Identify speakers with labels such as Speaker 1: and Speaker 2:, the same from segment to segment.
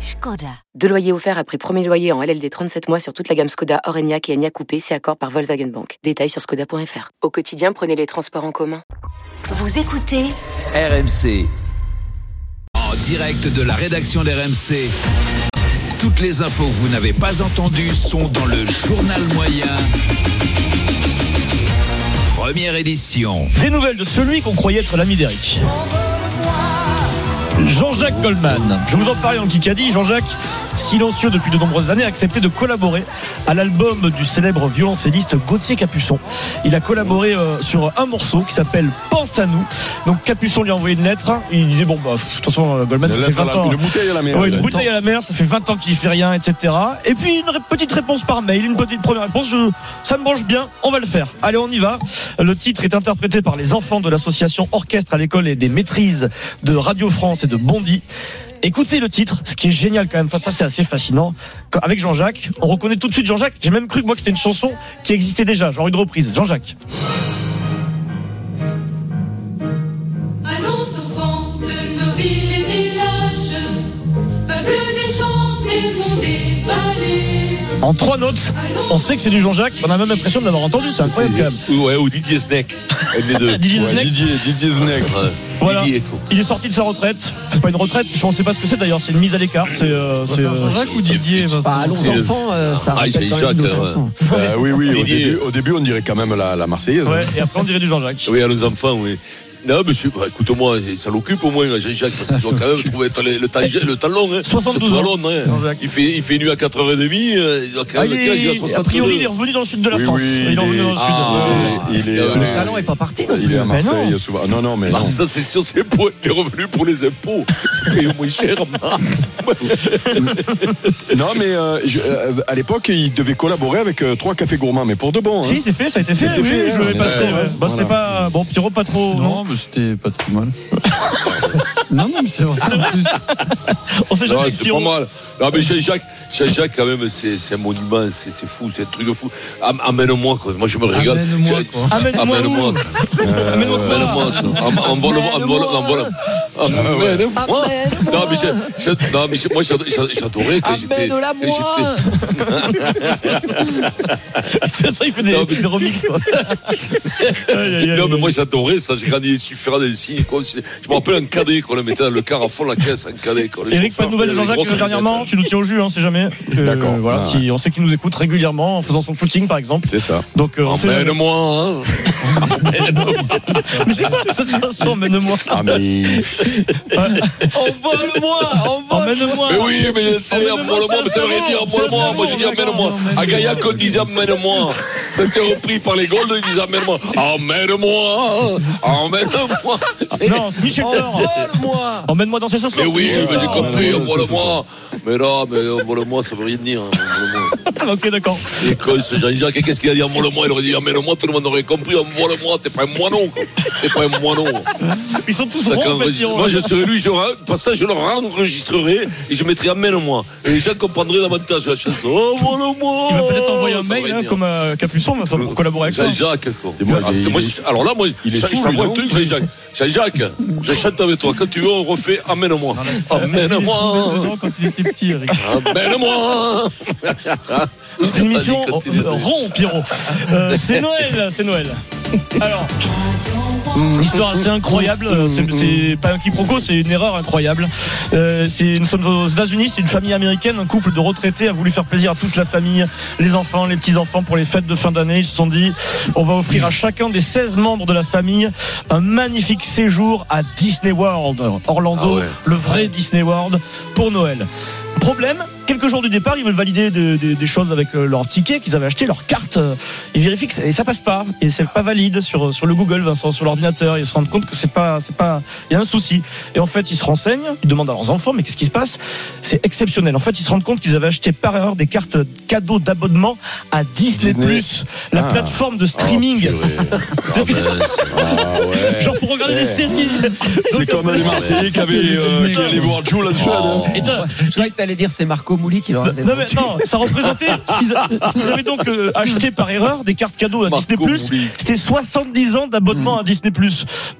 Speaker 1: Skoda. Deux loyers offerts après premier loyer en LLD 37 mois sur toute la gamme Skoda, Orenia et Enya Coupé, c'est accord par Volkswagen Bank. Détails sur skoda.fr. Au quotidien, prenez les transports en commun.
Speaker 2: Vous écoutez
Speaker 3: RMC. En direct de la rédaction d'RMC. Toutes les infos que vous n'avez pas entendues sont dans le journal moyen. Première édition.
Speaker 4: Des nouvelles de celui qu'on croyait être l'ami d'Eric. Jean-Jacques Goldman. Je vous en parlais en Kikadi. Jean-Jacques, silencieux depuis de nombreuses années, a accepté de collaborer à l'album du célèbre violoncelliste Gauthier Capuçon. Il a collaboré euh, sur un morceau qui s'appelle Pense à nous. Donc Capuçon lui a envoyé une lettre. Il disait Bon, bah, pff, attention, euh, Goldman,
Speaker 5: Une
Speaker 4: ça fait
Speaker 5: lettre à
Speaker 4: 20
Speaker 5: la-
Speaker 4: ans.
Speaker 5: Une bouteille à la mer.
Speaker 4: Ouais,
Speaker 5: il a
Speaker 4: une
Speaker 5: dit.
Speaker 4: bouteille à la mer, ça fait 20 ans qu'il fait rien, etc. Et puis une ré- petite réponse par mail, une petite première réponse. je- ça me branche bien, on va le faire. Allez, on y va. Le titre est interprété par les enfants de l'association Orchestre à l'école et des maîtrises de Radio France et de Bondy. Écoutez le titre, ce qui est génial quand même, enfin ça c'est assez fascinant. Quand- Avec Jean-Jacques, on reconnaît tout de suite Jean-Jacques. J'ai même cru que moi que c'était une chanson qui existait déjà, genre une reprise. Jean-Jacques.
Speaker 6: Allons enfants de nos villes et villages, peuple des champs, des monts, des vallées.
Speaker 4: En trois notes, on sait que c'est du Jean-Jacques, on a même l'impression de l'avoir entendu, c'est incroyable quand même.
Speaker 7: Ouais, ou Didier Snack. Un des deux.
Speaker 4: Didier
Speaker 5: Ouais,
Speaker 4: Snack.
Speaker 5: Didier, Didier Snack.
Speaker 7: Ouais.
Speaker 4: Voilà.
Speaker 7: Didier, quoi.
Speaker 4: Il est sorti de sa retraite. C'est pas une retraite, je ne sais pas ce que c'est d'ailleurs, c'est une mise à l'écart. C'est. euh, c'est, euh,
Speaker 8: Jean-Jacques ou Didier Bah, allons
Speaker 7: C'est-
Speaker 8: enfants, euh, ça
Speaker 7: Ah,
Speaker 8: rappelle
Speaker 7: c'est
Speaker 8: quand même
Speaker 7: Jacques,
Speaker 8: nos
Speaker 7: euh,
Speaker 8: chansons.
Speaker 5: Euh, oui, oui, au
Speaker 7: Didier.
Speaker 5: début, au début, on dirait quand même la, la Marseillaise. hein.
Speaker 4: ouais, et après on dirait du Jean-Jacques.
Speaker 7: Oui, à nos enfants, oui. Non, monsieur, bah, écoute, au moins, ça l'occupe au moins, Jean-Jacques, parce qu'il doit quand même trouver le, le temps, le temps long. Hein.
Speaker 4: 72
Speaker 7: C'est pas
Speaker 4: ans,
Speaker 7: long, hein.
Speaker 4: Jean-Jacques.
Speaker 7: Il fait, il fait nuit à 4h30, euh, il doit quand
Speaker 4: Ah,
Speaker 7: même
Speaker 4: il
Speaker 7: le quinze, il a
Speaker 4: est- a
Speaker 7: 62.
Speaker 4: priori, il est revenu dans le sud de la
Speaker 5: Oui,
Speaker 4: France.
Speaker 5: oui,
Speaker 4: il est revenu
Speaker 5: il est-
Speaker 4: dans le sud.
Speaker 7: Ah,
Speaker 5: Il est- il est, euh,
Speaker 7: Ah,
Speaker 8: Le
Speaker 7: ouais.
Speaker 8: talent est pas parti. non
Speaker 5: Il est
Speaker 4: Mais
Speaker 5: à
Speaker 4: non.
Speaker 5: Marseille hein. souvent. Non, non, mais
Speaker 7: Bah,
Speaker 5: non.
Speaker 7: ça, c'est sûr, c'est pour les revenus pour les impôts. C'est payé moins cher, hein. Marc.
Speaker 5: Non, mais euh, je- euh, à l'époque, il devait collaborer avec euh, trois cafés gourmands, mais pour de bon. hein.
Speaker 4: Si, c'est fait, ça a été fait.
Speaker 5: C'était
Speaker 4: oui,
Speaker 5: fait,
Speaker 4: je l'avais
Speaker 5: ouais.
Speaker 4: passé.
Speaker 5: Ouais,
Speaker 4: ouais. Bah, c'était
Speaker 5: voilà.
Speaker 4: pas. Bon, Pierrot, pas trop. Non,
Speaker 8: Non, mais c'était pas trop mal. non, non, mais c'est vrai. En plus,
Speaker 4: on sait
Speaker 7: Non,
Speaker 4: jamais que
Speaker 7: c'est pas
Speaker 4: Pierrot.
Speaker 7: mal. Non, mais Jean-Jacques, Jean-Jacques, quand même, c'est c'est un monument, c'est c'est fou, c'est un truc de fou. Am- Amène-moi, quoi. Moi, je me régale.
Speaker 8: Amène-moi,
Speaker 7: Je-
Speaker 8: quoi.
Speaker 4: Amène-moi
Speaker 7: Amène-moi.
Speaker 4: où Amène-moi quoi
Speaker 7: Amène-moi. En- Envole-moi. Envole-moi. Envole-moi. Amène-moi. Non, mais, j'ai- j'ai- non, mais j'ai- moi, j'ado- j'ado- j'adorais quand j'étais.
Speaker 8: Amène-la
Speaker 7: quand
Speaker 8: moi.
Speaker 7: j'étais-
Speaker 4: C'est ça, il fait des,
Speaker 7: Non, mais-
Speaker 4: des remix, quoi. Aïe, aïe, aïe,
Speaker 7: Non, mais
Speaker 4: aïe.
Speaker 7: moi, j'adorais ça. J'ai grandi super d'Annecy. quoi. C'est- Je me rappelle un cadet qu'on le mettait dans le car à fond la caisse. Un cadet. quoi. Le
Speaker 4: Eric, pas
Speaker 7: chauffeur,
Speaker 4: de nouvelles de
Speaker 7: il avait
Speaker 4: Jean-Jacques euh,
Speaker 7: une grosse
Speaker 4: dernièrement.
Speaker 7: lunette.
Speaker 4: Tu nous tiens au jus, hein, c'est jamais. Euh,
Speaker 5: D'accord.
Speaker 4: Voilà,
Speaker 5: Ah,
Speaker 4: si on sait qu'il nous écoute régulièrement en faisant son footing, par exemple.
Speaker 5: C'est ça.
Speaker 4: Donc,
Speaker 7: Ah,
Speaker 4: euh, on sait jamais.
Speaker 7: Emmène-moi. hein.
Speaker 4: Mais c'est quoi cette chanson Amène-moi.
Speaker 5: Ah, mais.
Speaker 4: Envole-moi Emmène-moi
Speaker 7: Mais oui, mais c'est
Speaker 4: Emmène-moi,
Speaker 7: emmène-moi, mais
Speaker 4: c'est
Speaker 7: ça veut rien
Speaker 4: bon,
Speaker 7: dire
Speaker 4: c'est
Speaker 7: emmène-moi.
Speaker 4: bon,
Speaker 7: Moi, j'ai dit
Speaker 4: d'accord,
Speaker 7: emmène-moi. À Gaillac, on disait emmène-moi. C'était repris par les Golds, ils disaient emmène-moi. Emmène-moi, emmène-moi. C'est-
Speaker 4: Non, c'est Michel Thor Emmène-moi dans ses chansons Ah,
Speaker 7: Mais oui,
Speaker 4: c'est
Speaker 7: mais j'ai
Speaker 4: Michel Thor.
Speaker 7: compris,
Speaker 5: ouais, ouais,
Speaker 7: envole-moi. Mais là, mais envole-moi, ça veut rien dire. hein, envole-moi.
Speaker 4: Ok, d'accord.
Speaker 7: Les cons, ce Jean-Jacques, Ah, qu'est-ce qu'il a dit envole-moi Il aurait dit emmène-moi, tout le monde aurait compris, envole-moi. T'es pas un moineau, quoi. T'es pas un moineau.
Speaker 4: Ils sont tous
Speaker 7: Ça
Speaker 4: ronds, en fait,
Speaker 7: qu'enregistre-
Speaker 4: Pierrot.
Speaker 7: Moi, je serais lui, je, ra- par ça, je le renregistrerai et je mettrai Amène-moi. Et les gens comprendraient davantage la chanson. Oh, voilà-moi
Speaker 4: Il va peut-être envoyer un
Speaker 7: Ça
Speaker 4: mail
Speaker 7: va
Speaker 4: hein,
Speaker 7: venir.
Speaker 4: comme à Capuçon, Vincent, pour collaborer avec toi.
Speaker 7: Jean-Jacques, quoi.
Speaker 5: Et moi,
Speaker 7: Ah,
Speaker 5: il est-
Speaker 7: moi, je- alors là, moi,
Speaker 5: il est
Speaker 7: je- je
Speaker 5: sous,
Speaker 7: t'envoie un
Speaker 5: lui,
Speaker 7: truc, Jean-Jacques. Jean-Jacques, je chante avec toi. Quand tu veux, on refait Amène-moi. Amène-moi.
Speaker 4: quand il était petit, Eric.
Speaker 7: Ah, ben, Amène-moi.
Speaker 4: C'est une émission
Speaker 7: Vas-y, continue.
Speaker 4: rond, Pierrot. Euh, c'est Noël, c'est Noël. Alors, histoire assez incroyable. euh, c'est- C'est pas un quiproquo, c'est une erreur incroyable. Euh, c'est- nous sommes aux États-Unis, c'est une famille américaine, un couple de retraités a voulu faire plaisir à toute la famille, les enfants, les petits-enfants pour les fêtes de fin d'année. Ils se sont dit, on va offrir à chacun des 16 membres de la famille un magnifique séjour à Disney World, Orlando,
Speaker 7: Ah ouais.
Speaker 4: le vrai Disney World pour Noël. Problème, quelques jours du départ, ils veulent valider des, des- des choses avec euh, leur ticket qu'ils avaient acheté, leur carte. euh, Ils vérifient que ça, et ça passe pas. Et c'est pas valide sur, sur le Google, Vincent, sur l'ordinateur. Ils se rendent compte que c'est pas, c'est pas, il y a un souci. Et en fait, ils se renseignent, ils demandent à leurs enfants, mais qu'est-ce qui se passe? C'est exceptionnel. En fait, ils se rendent compte qu'ils avaient acheté par erreur des cartes cadeaux d'abonnement à Disney+,
Speaker 5: Disney.
Speaker 4: la
Speaker 5: Ah.
Speaker 4: plateforme de
Speaker 5: Ah,
Speaker 4: streaming.
Speaker 5: purée. Ah, ouais.
Speaker 4: Genre pour regarder des séries.
Speaker 5: C'est comme les Marseillais qui, avaient, euh, qui allaient voir Joe la Suède. hein.
Speaker 2: Et toi, je croyais que t'allais dire c'est Marco Mouli qui leur a
Speaker 4: Non, mais non, ça représentait ce qu'ils a- ce qu'ils avaient donc euh, acheté par erreur des cartes cadeaux à Disney C'était 70 ans d'abonnement à Disney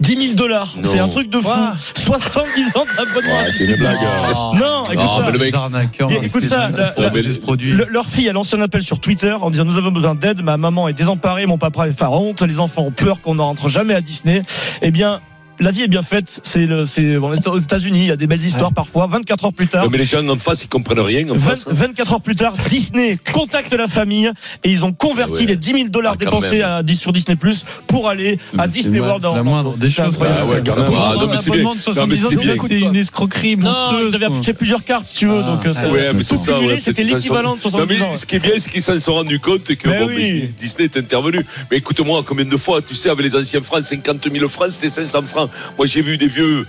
Speaker 4: 10 000 dollars.
Speaker 7: Non.
Speaker 4: C'est un truc de fou.
Speaker 8: Ouah.
Speaker 4: 70 ans d'abonnement à
Speaker 5: Ouais, c'est
Speaker 4: Disney
Speaker 5: une blague. hein.
Speaker 4: Non, écoute
Speaker 7: Ah,
Speaker 4: ça.
Speaker 7: mais le mec-
Speaker 8: Les arnaqueurs,
Speaker 4: Et- écoute
Speaker 8: c'est
Speaker 4: ça,
Speaker 8: dingue.
Speaker 4: la-
Speaker 8: Pour
Speaker 7: la-
Speaker 8: protéger ce produit.
Speaker 4: Le- leur fille a lancé un appel sur Twitter en disant nous avons besoin d'aide, ma maman est désemparée, mon papa est faronte, les enfants ont peur qu'on n'en rentre jamais à Disney. Eh bien, la vie est bien faite, c'est le, c'est, on est aux États-Unis, il y a des belles histoires parfois. 24 heures plus tard,
Speaker 7: Non, mais les gens en face, ils comprennent rien en
Speaker 4: 20
Speaker 7: face. hein.
Speaker 4: 24 heures plus tard, Disney contacte la famille et ils ont converti
Speaker 7: Ah ouais.
Speaker 4: les 10 000 dollars
Speaker 7: Ah, quand
Speaker 4: dépensés
Speaker 7: même.
Speaker 4: à, 10 sur Disney Plus pour aller à
Speaker 8: C'est
Speaker 4: Disney
Speaker 8: mal,
Speaker 4: World.
Speaker 8: c'est
Speaker 4: en-
Speaker 8: la moindre des
Speaker 4: Ça,
Speaker 8: choses.
Speaker 4: ça,
Speaker 7: Ah ouais, quand même. Ah, non, mais c'est bien.
Speaker 8: Abonnement de
Speaker 7: Non, mais
Speaker 8: 70
Speaker 7: c'est bien.
Speaker 8: ans, c'est une escroquerie
Speaker 4: Non,
Speaker 8: monstrueuse.
Speaker 4: ils avaient
Speaker 8: quoi.
Speaker 4: acheté plusieurs cartes, si tu veux.
Speaker 8: Ah.
Speaker 4: donc, euh, ça-
Speaker 8: Ouais,
Speaker 7: Ouais, mais c'est
Speaker 4: tout
Speaker 7: ça.
Speaker 4: cumulé,
Speaker 7: ouais,
Speaker 4: c'était
Speaker 7: c'est- ça,
Speaker 4: l'équivalent de
Speaker 7: ça- Non,
Speaker 4: 70 ans.
Speaker 7: mais ce qui est bien, c'est qu'ils s'en sont rendus compte et que
Speaker 4: Mais
Speaker 7: bon,
Speaker 4: oui.
Speaker 7: Disney, Disney est intervenu. Mais écoute-moi, combien de fois, tu sais, avec les anciens francs, 50 000 francs, c'était 500 francs. Moi, j'ai vu des vieux,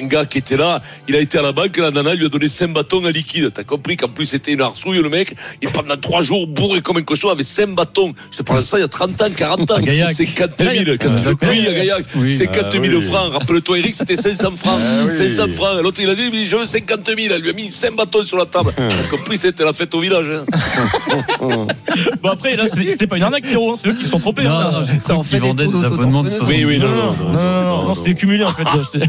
Speaker 7: un gars qui était là, il a été à la banque, la nana lui a donné 5 bâtons à liquide. T'as compris qu'en plus, c'était une arsouille, le mec. Et pendant 3 jours, bourré comme un cochon, avec 5 bâtons. Je te parle de ça il y a 30 ans, 40 ans.
Speaker 8: À Gaillac.
Speaker 7: C'est 4 000. quand tu-
Speaker 8: d'accord.
Speaker 7: Oui, à Gaillac.
Speaker 8: Oui.
Speaker 7: C'est 4 000
Speaker 5: Ah oui.
Speaker 7: francs. Rappelle-toi, Eric, c'était 500 francs.
Speaker 5: Ah oui.
Speaker 7: 500 francs. Ah, L'autre, il a dit, mais je veux 50 000. Elle lui a mis 5 bâtons sur la table. T'as compris, c'était la fête au village. hein.
Speaker 4: Bon, après, là, c'est- c'était pas une arnaque, Pierrot, hein, c'est eux qui se sont trompés.
Speaker 8: Non,
Speaker 4: hein, ça.
Speaker 8: non, j'ai cru
Speaker 2: en fait
Speaker 8: qu'ils
Speaker 2: des
Speaker 8: vendaient
Speaker 2: taux
Speaker 8: des abonnements de
Speaker 2: d'auto-entrepreneurs.
Speaker 7: Oui,
Speaker 8: 70
Speaker 7: oui,
Speaker 4: Non, non,
Speaker 7: non,
Speaker 4: non, non, non, non, c'était cumulé en fait. ça, j'étais-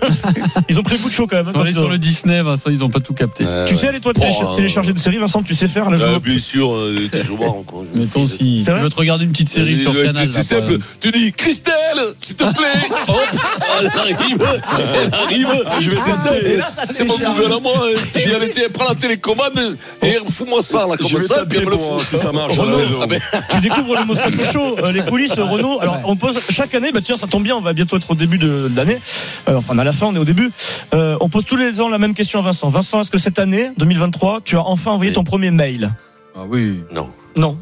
Speaker 4: Ils ont pris le coup de chaud quand même. hein,
Speaker 8: Ils sont
Speaker 4: quand
Speaker 8: allés
Speaker 4: ils
Speaker 8: sur
Speaker 4: ont-
Speaker 8: le Disney, Vincent, ils n'ont pas tout capté.
Speaker 4: Tu sais, aller toi télé-
Speaker 7: Oh,
Speaker 4: télécharger une série, Vincent, tu sais faire. Là, je
Speaker 7: Ah,
Speaker 4: vois-
Speaker 7: bien sûr, euh, t'es joueur encore. je me
Speaker 8: Mettons,
Speaker 7: frise.
Speaker 8: si
Speaker 4: C'est
Speaker 8: tu
Speaker 4: vrai
Speaker 8: veux te regarder une petite série
Speaker 7: Euh,
Speaker 8: sur
Speaker 7: euh,
Speaker 8: Canal.
Speaker 7: c'est
Speaker 8: là,
Speaker 7: simple, tu dis Christelle, s'il te plaît, hop, elle arrive, elle arrive,
Speaker 8: Ah,
Speaker 5: Je vais
Speaker 7: c'est ça,
Speaker 5: tenter.
Speaker 7: c'est mon Google à moi, hein. j'y avais été, prends la télécommande et fous-moi ça là,
Speaker 5: Je
Speaker 7: comme
Speaker 5: vais
Speaker 7: ça, puis
Speaker 5: taper
Speaker 7: elle me le
Speaker 5: pour
Speaker 7: fout.
Speaker 5: voir si ça marche à la
Speaker 4: Renaud,
Speaker 5: maison.
Speaker 7: Ah ben,
Speaker 4: tu découvres le Moscato Show, euh, les coulisses, euh, Renault. Alors,
Speaker 2: Ouais.
Speaker 4: on pose chaque année, bah tiens, ça tombe bien, on va bientôt être au début de, de l'année. Euh, enfin, à la fin, on est au début. Euh, on pose tous les ans la même question à Vincent. Vincent, est-ce que cette année, 2023, tu as enfin envoyé ton premier mail
Speaker 8: Ah oui.
Speaker 7: Non,
Speaker 4: Non.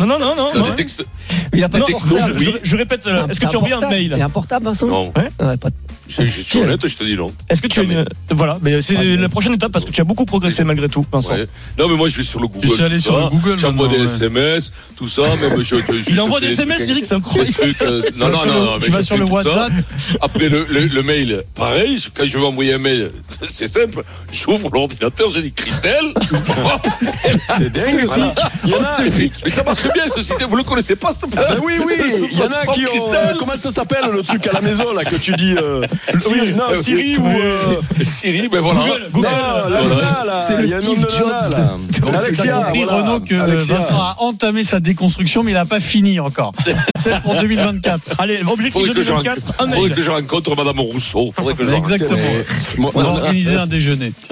Speaker 4: Non, non, non, non.
Speaker 7: dans
Speaker 4: non.
Speaker 7: les textes,
Speaker 2: Il a
Speaker 4: Non,
Speaker 7: textos,
Speaker 4: non,
Speaker 7: je-
Speaker 4: je,
Speaker 7: oui.
Speaker 4: je répète, euh, est-ce que tu as envoyé un
Speaker 2: Il y
Speaker 4: mail
Speaker 2: a un portable, Vincent
Speaker 7: non,
Speaker 2: Ouais, pas de-
Speaker 7: je je suis honnête, je te dis non.
Speaker 8: Ah,
Speaker 4: Est-ce que tu as
Speaker 7: Jamais.
Speaker 4: une. euh, Voilà, mais c'est
Speaker 2: Ouais, mais-
Speaker 4: la prochaine étape parce que tu as beaucoup progressé malgré tout, Vincent.
Speaker 7: Ouais. Non, mais moi, je vais sur le Google.
Speaker 8: Je suis allé
Speaker 7: tout
Speaker 8: sur le
Speaker 7: ça.
Speaker 8: Google
Speaker 7: J'envoie des
Speaker 8: maintenant, ouais.
Speaker 7: SMS, tout ça. Même je, je- je-
Speaker 4: Il
Speaker 7: je
Speaker 4: envoie
Speaker 7: fais
Speaker 4: des SMS,
Speaker 7: trucs-
Speaker 4: Eric, c'est
Speaker 7: des
Speaker 4: incroyable.
Speaker 7: trucs, euh, non, non, non, non, mais
Speaker 8: Tu vas
Speaker 7: je
Speaker 8: sur
Speaker 7: fais
Speaker 8: le
Speaker 7: tout ça.
Speaker 8: WhatsApp.
Speaker 7: Après le, le- le mail, pareil, je- quand je vais envoyer un mail, c'est simple, j'ouvre l'ordinateur, je dis Christelle. hop, Christelle.
Speaker 5: C'est dingue ça. Il y en a.
Speaker 7: mais ça marche bien ce système, vous le connaissez pas ce
Speaker 5: Ah oui, oui, il y en a qui ont. euh,
Speaker 7: Christelle.
Speaker 5: Comment ça s'appelle le truc à la maison là que tu dis euh, Siri, non, Siri ou. euh,
Speaker 7: Siri, ben voilà.
Speaker 4: Google,
Speaker 5: Non,
Speaker 4: Google.
Speaker 5: la
Speaker 7: Voilà.
Speaker 5: nana, là,
Speaker 2: C'est le
Speaker 5: il y a un
Speaker 2: Steve
Speaker 5: nom de nana,
Speaker 2: Jobs
Speaker 5: là.
Speaker 2: de-
Speaker 5: Alexia,
Speaker 7: Ah,
Speaker 8: J'ai compris,
Speaker 5: voilà.
Speaker 8: Renaud, que
Speaker 5: Alexia.
Speaker 8: Vincent a entamé sa déconstruction, mais il n'a pas fini encore. Peut-être pour 2024.
Speaker 4: Allez, objectif
Speaker 7: Faudrait que, je
Speaker 4: 2024,
Speaker 7: rencontre,
Speaker 4: un
Speaker 7: faudrait
Speaker 4: mail.
Speaker 7: que je rencontre euh, Madame Rousseau. Faudrait que je rencontre.
Speaker 8: Exactement.
Speaker 5: Moi,
Speaker 8: On va organiser un déjeuner. tiens.